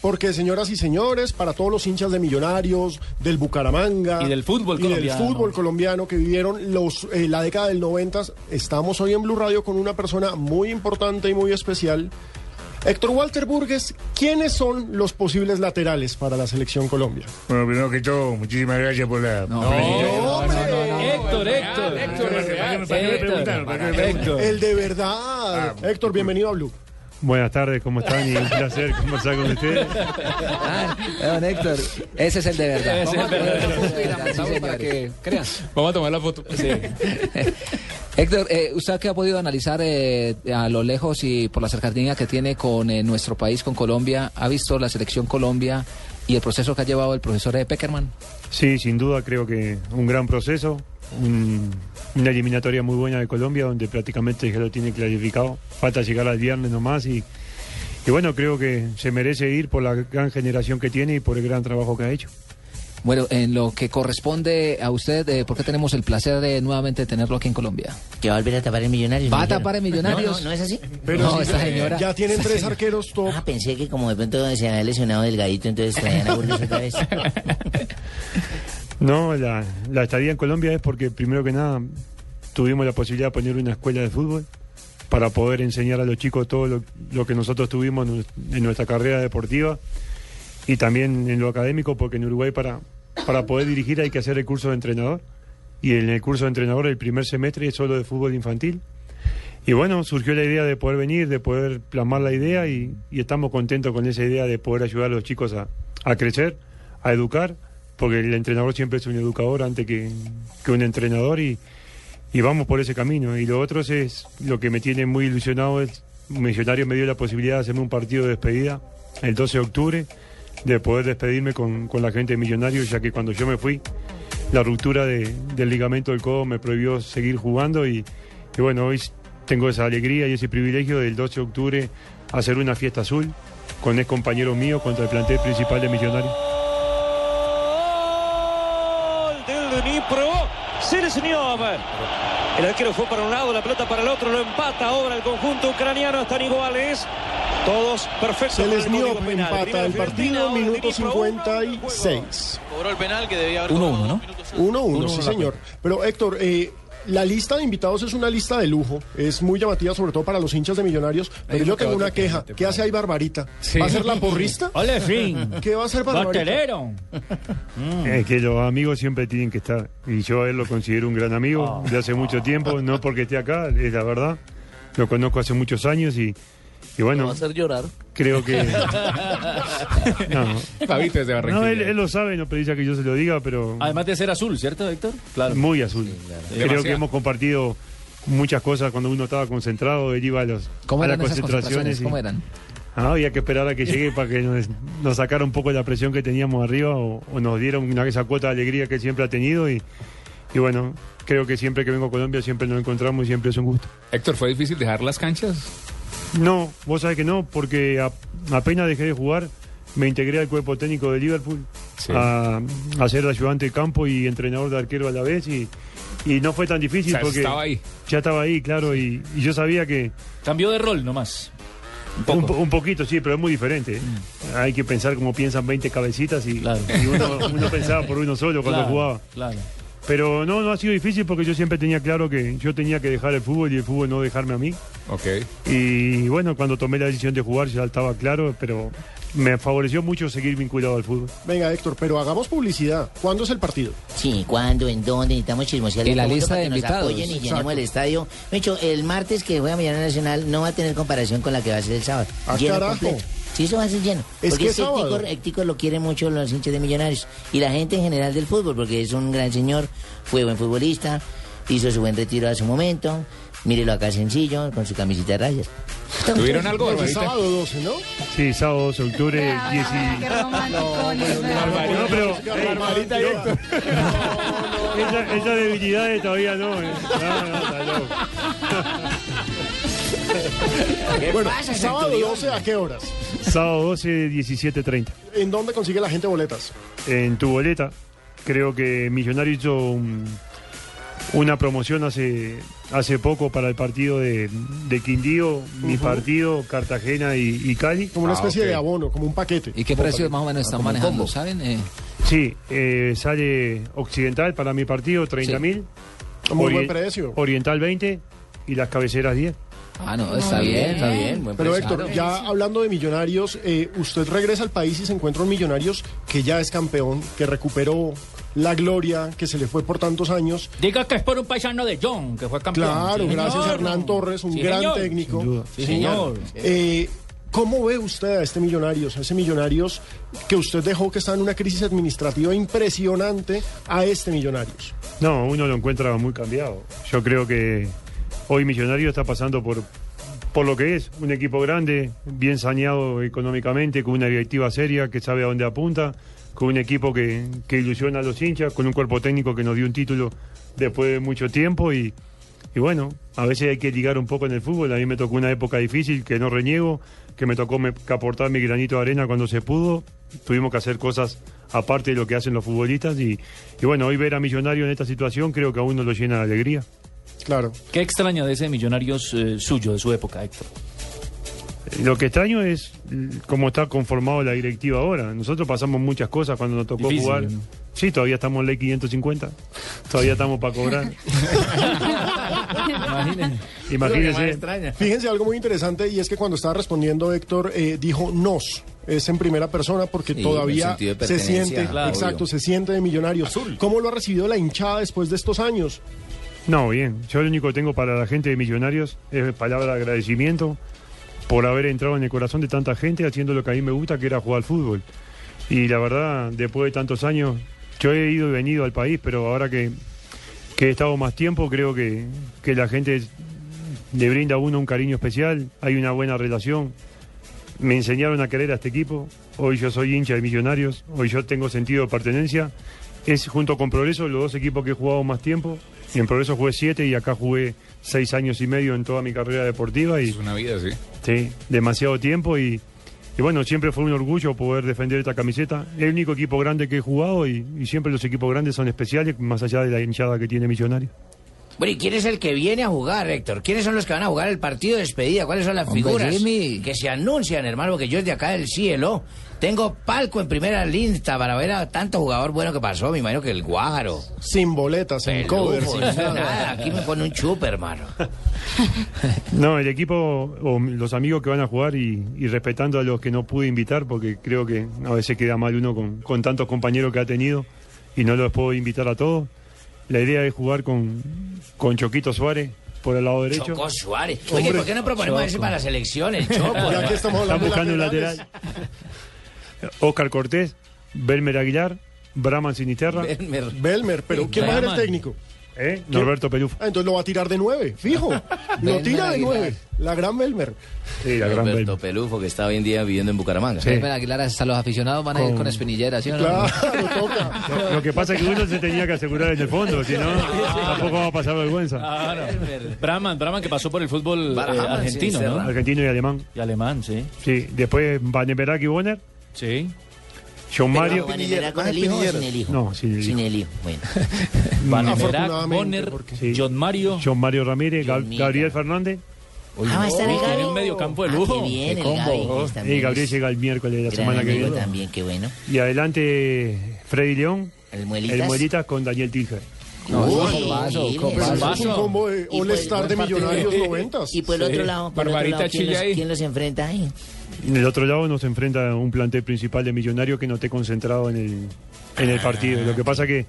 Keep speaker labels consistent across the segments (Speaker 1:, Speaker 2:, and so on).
Speaker 1: Porque, señoras y señores, para todos los hinchas de Millonarios, del Bucaramanga.
Speaker 2: Y del fútbol
Speaker 1: y
Speaker 2: colombiano.
Speaker 1: del fútbol colombiano que vivieron los, eh, la década del 90, estamos hoy en Blue Radio con una persona muy importante y muy especial. Héctor Walter Burgues, ¿quiénes son los posibles laterales para la selección Colombia?
Speaker 3: Bueno, primero que todo, muchísimas gracias por la... por la felicitación.
Speaker 2: Héctor,
Speaker 4: Ah,
Speaker 2: Héctor.
Speaker 3: ¿Para qué me- para qué me- para qué me
Speaker 2: Héctor,
Speaker 3: preguntaron? ¿Para qué me preguntaron?
Speaker 2: Héctor.
Speaker 1: El de verdad. Héctor, bienvenido a Blue.
Speaker 5: Buenas tardes, ¿cómo están? Y un placer conversar con ustedes.
Speaker 6: Ah, don Héctor, ese es el de verdad.
Speaker 2: Ese es el de verdad.
Speaker 6: Sí, señores.
Speaker 2: Vamos a tomar la foto.
Speaker 6: Héctor, eh, usted que ha podido analizar eh, a lo lejos y por la cercanía que tiene con eh, nuestro país, con Colombia, ¿ha visto la selección Colombia y el proceso que ha llevado el profesor eh, Peckerman?
Speaker 5: Sí, sin duda creo que un gran proceso, un- una eliminatoria muy buena de Colombia donde prácticamente ya lo tiene clasificado. Falta llegar al viernes nomás y, y bueno, creo que se merece ir por la gran generación que tiene y por el gran trabajo que ha hecho.
Speaker 6: Bueno, en lo que corresponde a usted, eh, ¿por qué tenemos el placer de nuevamente tenerlo aquí en Colombia?
Speaker 7: Que va a volver a tapar el millonario.
Speaker 6: ¿Va a tapar en Millonarios?
Speaker 7: No, no, no es así.
Speaker 1: Pero
Speaker 6: No,
Speaker 1: si-
Speaker 6: esta señora.
Speaker 1: Ya tienen tres arqueros top.
Speaker 7: Ah, pensé que como de pronto se había lesionado delgadito, entonces traían a Burgos otra vez.
Speaker 5: No, la, la estadía en Colombia es porque primero que nada tuvimos la posibilidad de poner una escuela de fútbol para poder enseñar a los chicos todo lo, lo que nosotros tuvimos en, nues- en nuestra carrera deportiva y también en lo académico, porque en Uruguay para, para poder dirigir hay que hacer el curso de entrenador y en el curso de entrenador el primer semestre es solo de fútbol infantil. Y bueno, surgió la idea de poder venir, de poder plasmar la idea y, y estamos contentos con esa idea de poder ayudar a los chicos a, a crecer, a educar, porque el entrenador siempre es un educador antes que, que un entrenador y, y vamos por ese camino. Y lo otro es lo que me tiene muy ilusionado es Millonario me dio la posibilidad de hacerme un partido de despedida el 12 de octubre, de poder despedirme con, con la gente de Millonarios, ya que cuando yo me fui, la ruptura de- del ligamento del codo me prohibió seguir jugando y, y bueno, hoy tengo esa alegría y ese privilegio del 12 de octubre hacer una fiesta azul con ex compañeros míos contra el plantel principal de Millonarios.
Speaker 8: gol del Dnipro. Seresniov. El arquero fue para un lado, la pelota para el otro, lo empata ahora el conjunto ucraniano, están iguales. Todos perfectos.
Speaker 1: Se les
Speaker 8: con el código
Speaker 1: dio
Speaker 8: penal.
Speaker 1: empata
Speaker 8: Primera
Speaker 1: el
Speaker 8: Fiorentina,
Speaker 1: partido,
Speaker 8: ahora el
Speaker 1: minuto
Speaker 8: Dnipro, uno, el juego.
Speaker 1: 56.
Speaker 9: Cobró el penal que debía haber
Speaker 6: 1-1,
Speaker 9: cobrado
Speaker 6: ¿no?
Speaker 9: dos minutos antes.
Speaker 1: 1-1, sí señor. Pero Héctor, eh, la lista de invitados es una lista de lujo, es muy llamativa sobre todo para los hinchas de millonarios, pero yo tengo una queja. ¿Qué hace ahí Barbarita? ¿Va a ser la porrista?
Speaker 2: Ole, fin.
Speaker 1: ¿Qué va a hacer Barbarita?
Speaker 2: Bartelero.
Speaker 5: Es que los amigos siempre tienen que estar. Y yo a él lo considero un gran amigo de hace mucho tiempo, no porque esté acá, es la verdad. Lo conozco hace muchos años y, y bueno,
Speaker 7: llorar.
Speaker 5: creo que... No,
Speaker 4: Fabito desde
Speaker 5: No, él,
Speaker 4: Barranquilla.
Speaker 5: él lo sabe, no precisa que yo se lo diga, pero
Speaker 2: Además de ser azul, ¿cierto, Héctor? Claro.
Speaker 5: muy azul. Creo que
Speaker 4: Demasiado.
Speaker 5: hemos compartido muchas cosas cuando uno estaba concentrado, él iba a, los,
Speaker 6: ¿Cómo
Speaker 5: a las
Speaker 6: eran esas
Speaker 5: concentraciones.
Speaker 6: concentraciones?
Speaker 5: y-
Speaker 6: ¿Cómo eran?
Speaker 5: Ah, había que esperar a que llegue para que nos, nos sacara un poco la presión que teníamos arriba o, o nos diera una, esa cuota de alegría que siempre ha tenido. Y, y bueno, creo que siempre que vengo a Colombia siempre nos encontramos y siempre es un gusto.
Speaker 4: Héctor, ¿fue difícil dejar las canchas?
Speaker 5: No, vos sabés que no, porque a- apenas dejé de jugar, me integré al cuerpo técnico de Liverpool
Speaker 4: Sí.
Speaker 5: a, a ser ayudante de campo y entrenador de arquero a la vez y, y no fue tan difícil
Speaker 4: O sea,
Speaker 5: porque
Speaker 4: estaba ahí.
Speaker 5: ya estaba ahí, claro, y, y yo sabía que
Speaker 2: Cambió de rol nomás.
Speaker 5: un, po- un poquito, sí, pero es muy diferente.
Speaker 4: Mm.
Speaker 5: Hay que pensar como piensan 20 cabecitas y,
Speaker 2: Claro.
Speaker 5: y uno, uno pensaba por uno solo cuando
Speaker 2: Claro,
Speaker 5: jugaba.
Speaker 2: Claro.
Speaker 5: Pero no, no ha sido difícil porque yo siempre tenía claro que yo tenía que dejar el fútbol y el fútbol no dejarme a mí.
Speaker 4: Ok.
Speaker 5: Y bueno, cuando tomé la decisión de jugar ya estaba claro, pero me favoreció mucho seguir vinculado al fútbol.
Speaker 1: Venga Héctor, pero hagamos publicidad. ¿Cuándo es el partido?
Speaker 7: Sí, ¿cuándo? ¿En dónde? Necesitamos chismosear.
Speaker 6: En la
Speaker 7: un poquito
Speaker 6: lista
Speaker 7: para
Speaker 6: de
Speaker 7: que
Speaker 6: invitados.
Speaker 7: Nos apoyen y
Speaker 1: Exacto.
Speaker 7: llenemos el estadio. Mecho, el martes que juega Millonarios Nacional no va a tener comparación con la que va a ser el sábado.
Speaker 1: Ah,
Speaker 7: lleno
Speaker 1: carajo.
Speaker 7: completo. Sí, eso va a ser lleno.
Speaker 1: Es
Speaker 7: porque
Speaker 1: que
Speaker 7: es que el
Speaker 1: sábado.
Speaker 7: tico, el Tico lo quiere mucho los hinchas de Millonarios. Y la gente en general del fútbol, porque es un gran señor, fue buen futbolista, hizo su buen retiro a su momento. Mírelo acá sencillo, con su camisita de rayas.
Speaker 4: ¿Tuvieron algo,
Speaker 1: El
Speaker 4: Barbarita?
Speaker 1: sábado 12, ¿no?
Speaker 5: Sí, sábado 12 de octubre, 10 y-
Speaker 10: Qué romántico, ni nada.
Speaker 5: No, pero ey,
Speaker 1: Barbarita y
Speaker 5: no.
Speaker 1: Héctor.
Speaker 5: Esa- esas debilidades todavía no. eh. No, no, está loco.
Speaker 1: Bueno, sábado 12 a qué horas?
Speaker 5: Sábado 12, 17.30.
Speaker 1: ¿En dónde consigue la gente boletas?
Speaker 5: En tu boleta, creo que Millonario hizo un, una promoción hace, hace poco para el partido de, de Quindío, mi partido, Cartagena y, y Cali.
Speaker 1: Como una
Speaker 4: Ah,
Speaker 1: especie
Speaker 4: ok.
Speaker 1: de abono, como un paquete.
Speaker 6: ¿Y qué
Speaker 1: Como
Speaker 6: precios más o menos están manejando? ¿Saben? Eh,
Speaker 5: Sí, eh, sale Occidental para mi partido, 30 mil.
Speaker 1: paquete. Muy buen precio.
Speaker 5: Oriental 20 y las cabeceras 10.
Speaker 6: ah, no, está bien, está bien. Buen
Speaker 1: Pero
Speaker 6: precio.
Speaker 1: Héctor,
Speaker 6: Claro.
Speaker 1: ya hablando de millonarios, eh, usted regresa al país y se encuentra un millonarios que ya es campeón, que recuperó la gloria que se le fue por tantos años.
Speaker 2: Diga que es por un paisano de John, que fue campeón.
Speaker 1: Claro,
Speaker 2: Sí,
Speaker 1: gracias a
Speaker 2: señor.
Speaker 1: Hernán Torres, un
Speaker 2: Sí,
Speaker 1: gran
Speaker 2: señor.
Speaker 1: técnico.
Speaker 5: Sin duda.
Speaker 2: Sí, señor.
Speaker 1: Eh, ¿Cómo ve usted a este Millonarios, a ese Millonarios que usted dejó que está en una crisis administrativa impresionante a este Millonarios?
Speaker 5: No, uno lo encuentra muy cambiado. Yo creo que hoy Millonario está pasando por, por lo que es, un equipo grande, bien saneado económicamente, con una directiva seria que sabe a dónde apunta, con un equipo que, que ilusiona a los hinchas, con un cuerpo técnico que nos dio un título después de mucho tiempo y, y bueno, a veces hay que ligar un poco en el fútbol. A mí me tocó una época difícil que no reniego, que me tocó me- que aportar mi granito de arena cuando se pudo. Tuvimos que hacer cosas aparte de lo que hacen los futbolistas y, y bueno, hoy ver a Millonario en esta situación creo que a uno lo llena de alegría.
Speaker 1: Claro.
Speaker 2: ¿Qué extraña de ese Millonarios eh, suyo, de su época, Héctor?
Speaker 5: Eh, Lo que extraño es mm, cómo está conformado la directiva ahora. Nosotros pasamos muchas cosas cuando nos tocó
Speaker 2: Difícil,
Speaker 5: jugar.
Speaker 2: ¿no?
Speaker 5: Sí, todavía estamos en ley 550. Todavía estamos para cobrar. Imagínense.
Speaker 1: Fíjense algo muy interesante y es que cuando estaba respondiendo Héctor eh, dijo nos. Es en primera persona porque
Speaker 6: Sí,
Speaker 1: todavía
Speaker 6: el sentido de
Speaker 1: se
Speaker 6: pertenencia,
Speaker 1: siente,
Speaker 6: claro,
Speaker 1: exacto,
Speaker 6: obvio.
Speaker 1: se siente de millonarios. ¿Cómo lo ha recibido la hinchada después de estos años?
Speaker 5: No, bien. Yo lo único que tengo para la gente de Millonarios es palabra de agradecimiento por haber entrado en el corazón de tanta gente haciendo lo que a mí me gusta, que era jugar al fútbol. Y la verdad, después de tantos años, yo he ido y venido al país, pero ahora que, que he estado más tiempo, creo que, que la gente le brinda a uno un cariño especial, hay una buena relación. Me enseñaron a querer a este equipo, hoy yo soy hincha de Millonarios, hoy yo tengo sentido de pertenencia. Es junto con Progreso los dos equipos que he jugado más tiempo. En Progreso jugué siete y acá jugué seis años y medio en toda mi carrera deportiva. Y,
Speaker 4: Es una vida, sí.
Speaker 5: Sí, demasiado tiempo y, y bueno, siempre fue un orgullo poder defender esta camiseta. Es el único equipo grande que he jugado y, y siempre los equipos grandes son especiales, más allá de la hinchada que tiene Millonario.
Speaker 9: Bueno, ¿y quién es el que viene a jugar, Héctor? ¿Quiénes son los que van a jugar el partido de despedida? ¿Cuáles son las
Speaker 6: Hombre,
Speaker 9: figuras
Speaker 6: Jimmy.
Speaker 9: que se anuncian, hermano? Porque yo es de acá del cielo. Tengo palco en primera lista para ver a tanto jugador bueno que pasó. Me imagino que el Guájaro.
Speaker 1: Sin boletas, sin cover,
Speaker 9: Pelufo,
Speaker 1: sin
Speaker 9: nada. Aquí me pone un chup, hermano.
Speaker 5: No, el equipo o los amigos que van a jugar y, y respetando a los que no pude invitar, porque creo que a veces queda mal uno con, con tantos compañeros que ha tenido y no los puedo invitar a todos. La idea es jugar con, con Choquito Suárez por el lado derecho.
Speaker 9: Choco Suárez. Oye, ¿por qué no proponemos ese para la selección, el Choco?
Speaker 1: pues Ya que estamos
Speaker 5: Están
Speaker 1: hablando de
Speaker 5: buscando un
Speaker 1: laterales.
Speaker 5: lateral. Oscar Cortés, Belmer Aguilar, Brahman Sinisterra,
Speaker 1: Belmer, pero ¿quién va a ser el
Speaker 2: Raman.
Speaker 1: técnico?
Speaker 5: ¿eh? Norberto Pelufo.
Speaker 1: Ah, entonces lo va a tirar de nueve, fijo. lo tira de
Speaker 6: Aguilar.
Speaker 1: nueve. La gran Belmer.
Speaker 5: Sí, la gran Belmer.
Speaker 9: Pelufo, que está hoy en día viviendo en Bucaramanga.
Speaker 5: Sí.
Speaker 6: Belmer Aguilar, hasta los aficionados van a ir
Speaker 5: Con-
Speaker 6: con espinillera, ¿sí o no?
Speaker 1: Claro, toca.
Speaker 5: Lo- Lo que pasa es que uno se tenía que asegurar en el fondo, si no, tampoco va a pasar vergüenza.
Speaker 2: Claro. Brahman, Brahman que pasó por el fútbol eh,
Speaker 9: Brahman,
Speaker 2: argentino,
Speaker 9: sí,
Speaker 2: ¿no?
Speaker 9: Serra.
Speaker 5: Argentino y alemán.
Speaker 2: Y alemán, sí.
Speaker 5: Sí, después Vaneberaki Bonner,
Speaker 2: Sí.
Speaker 1: Mm.
Speaker 5: John Mario.
Speaker 7: Pero, bueno, ¿era con el hijo o sin el hijo?
Speaker 5: No, sin el hijo.
Speaker 7: Sin el hijo, bueno.
Speaker 2: Vannemerak,
Speaker 1: Afortunadamente,
Speaker 2: Bonner,
Speaker 1: porque-
Speaker 5: Sí.
Speaker 2: John Mario.
Speaker 5: John Mario Ramírez, Gab-
Speaker 7: Dios mío.
Speaker 5: Gabriel Fernández.
Speaker 7: ah, va a estar el
Speaker 2: Uy, tiene
Speaker 7: Gaby.
Speaker 2: un mediocampo de
Speaker 7: Ah,
Speaker 2: lujo.
Speaker 7: qué bien,
Speaker 2: Qué
Speaker 7: el
Speaker 2: combo.
Speaker 7: Gaby, que es también
Speaker 5: Oh, Y Gabriel
Speaker 7: es
Speaker 5: llega el miércoles de la
Speaker 7: gran
Speaker 5: semana que
Speaker 7: amigo
Speaker 5: viene.
Speaker 7: también, qué bueno.
Speaker 5: Y adelante Freddy León,
Speaker 7: El
Speaker 5: el
Speaker 7: Muelitas.
Speaker 5: Muelitas con Daniel Tilger.
Speaker 6: No,
Speaker 7: Uy,
Speaker 6: con vaso,
Speaker 7: increíble.
Speaker 6: con
Speaker 1: Pero
Speaker 6: vaso.
Speaker 1: eso es un combo de
Speaker 7: Y pues,
Speaker 1: All-Star de
Speaker 7: buen partido.
Speaker 1: Millonarios noventas.
Speaker 7: Y por el
Speaker 4: Sí.
Speaker 7: otro lado, por el otro
Speaker 4: Barbarita
Speaker 7: lado, ¿quién,
Speaker 4: Chile
Speaker 7: los,
Speaker 4: ahí.
Speaker 7: quién los enfrenta ahí?
Speaker 5: En el otro lado nos enfrenta un plantel principal de Millonario que no esté concentrado en el, en el partido. Lo que pasa que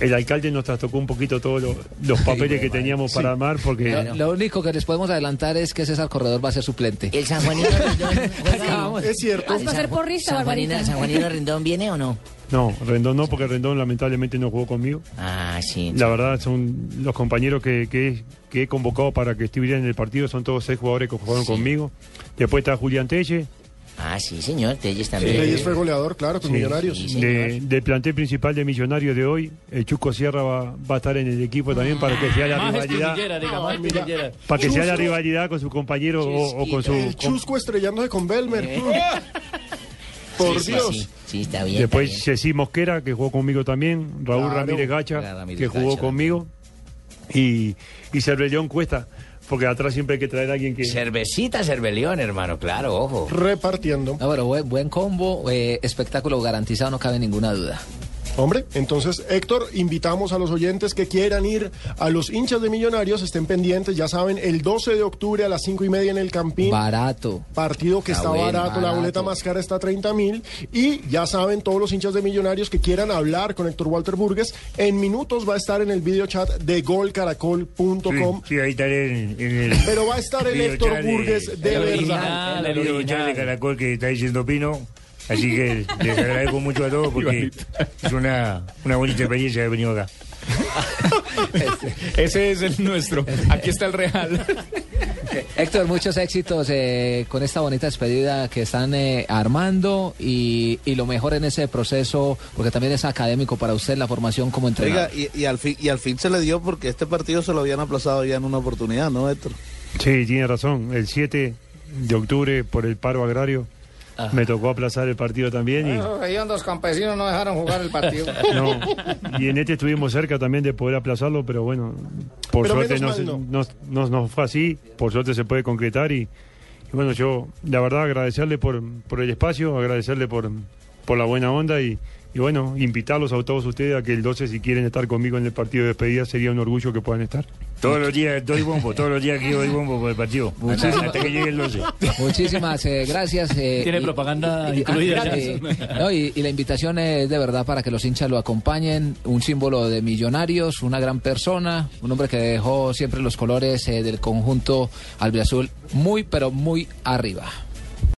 Speaker 5: el alcalde nos trastocó un poquito todos los, los papeles que teníamos para armar porque...
Speaker 1: eh,
Speaker 6: Lo, lo único que les podemos adelantar es que César Corredor va a ser suplente.
Speaker 7: ¿El San Juanino Rendón?
Speaker 6: Pues
Speaker 7: juega ahí?
Speaker 1: Es cierto.
Speaker 10: Vas a ser porrista,
Speaker 7: San Juanino,
Speaker 10: Barbarita.
Speaker 7: ¿San Juanino Rendón viene o no?
Speaker 5: No, Rendón no, porque Rendón lamentablemente no jugó conmigo.
Speaker 7: Ah, sí.
Speaker 5: La verdad son los compañeros que, que- que he convocado para que estuvieran en el partido, son todos seis jugadores que jugaron conmigo. Después está Julián Telle,
Speaker 7: Ah, sí, señor. Telles también.
Speaker 1: Leyes fue goleador, claro, con Millonarios.
Speaker 7: Sí,
Speaker 5: de- del plantel principal de Millonarios de hoy. El Chuco Sierra va, va a estar en el equipo también para que sea la
Speaker 2: Más este
Speaker 5: rivalidad.
Speaker 2: espinillera, diga, más espinillera.
Speaker 5: Para que sea la rivalidad con su compañero o, o con su...
Speaker 1: El
Speaker 5: con-
Speaker 6: Eh.
Speaker 1: Chusco estrellándose con Belmer. Mm. Por
Speaker 7: sí,
Speaker 1: Dios.
Speaker 7: Sí, sí, está bien.
Speaker 5: Después
Speaker 7: está bien.
Speaker 5: Ceci Mosquera, que jugó conmigo también, Raúl
Speaker 1: Claro.
Speaker 5: Ramírez Gacha,
Speaker 9: Claro, Ramírez
Speaker 5: que jugó
Speaker 9: Gacha
Speaker 5: conmigo, y, y Cervellón Cuesta, porque atrás siempre hay que traer a alguien que...
Speaker 9: Cervecita, cervelión, hermano, claro, ojo.
Speaker 1: Repartiendo.
Speaker 6: No, pero buen, buen combo, eh, espectáculo garantizado, no cabe ninguna duda.
Speaker 1: Hombre, entonces Héctor, invitamos a los oyentes que quieran ir a los hinchas de Millonarios, estén pendientes, ya saben, el 12 de octubre a las 5 y media en el Campín.
Speaker 6: Barato.
Speaker 1: Partido que
Speaker 6: Está
Speaker 1: está,
Speaker 6: bien,
Speaker 1: barato, la
Speaker 6: barato.
Speaker 1: boleta más cara está a 30 mil. Y ya saben, todos los hinchas de Millonarios que quieran hablar con Héctor Walter Burgues, en minutos va a estar en el videochat de golcaracol.com.
Speaker 3: Sí, sí, ahí estaré en, en el.
Speaker 1: Pero va a estar el
Speaker 3: videochat
Speaker 1: Héctor Burgues de
Speaker 2: el
Speaker 1: verdad.
Speaker 5: Ah,
Speaker 3: El
Speaker 2: original, el
Speaker 3: videochat de
Speaker 2: original.
Speaker 3: Caracol que está diciendo Pino. Así que les agradezco mucho a todos porque es una, una bonita experiencia haber venido acá.
Speaker 4: Ese es el nuestro. Aquí está el real.
Speaker 6: Héctor, muchos éxitos eh, con esta bonita despedida que están eh, armando y, y lo mejor en ese proceso, porque también es académico para usted la formación como entrenador.
Speaker 11: Oiga, y, y al fin, y al fin se le dio porque este partido se lo habían aplazado ya en una oportunidad, ¿no, Héctor?
Speaker 5: Sí, tiene razón, el 7 de octubre por el paro agrario me tocó aplazar el partido también y...
Speaker 9: Ahí los campesinos no dejaron jugar el partido.
Speaker 5: No, y en este estuvimos cerca también de poder aplazarlo, pero bueno, por
Speaker 1: Pero
Speaker 5: suerte no,
Speaker 1: menos
Speaker 5: se-
Speaker 1: mal
Speaker 5: no. no- no fue así, por suerte se puede concretar y, y bueno, yo la verdad agradecerle por, por el espacio, agradecerle por, por la buena onda y, y bueno, invitarlos a todos ustedes a que el 12 si quieren estar conmigo en el partido de despedida sería un orgullo que puedan estar.
Speaker 3: Todos los días doy bombo, todos los días aquí doy bombo por el partido. Hasta, hasta que llegue el 12.
Speaker 6: Muchísimas eh, gracias. eh,
Speaker 2: Tiene
Speaker 6: y-
Speaker 2: propaganda
Speaker 6: y-
Speaker 2: incluida.
Speaker 4: Ah,
Speaker 2: ya.
Speaker 6: eh, no, y, y la invitación es de verdad para que los hinchas lo acompañen. Un símbolo de millonarios, una gran persona, un hombre que dejó siempre los colores eh, del conjunto albiazul muy, pero muy arriba.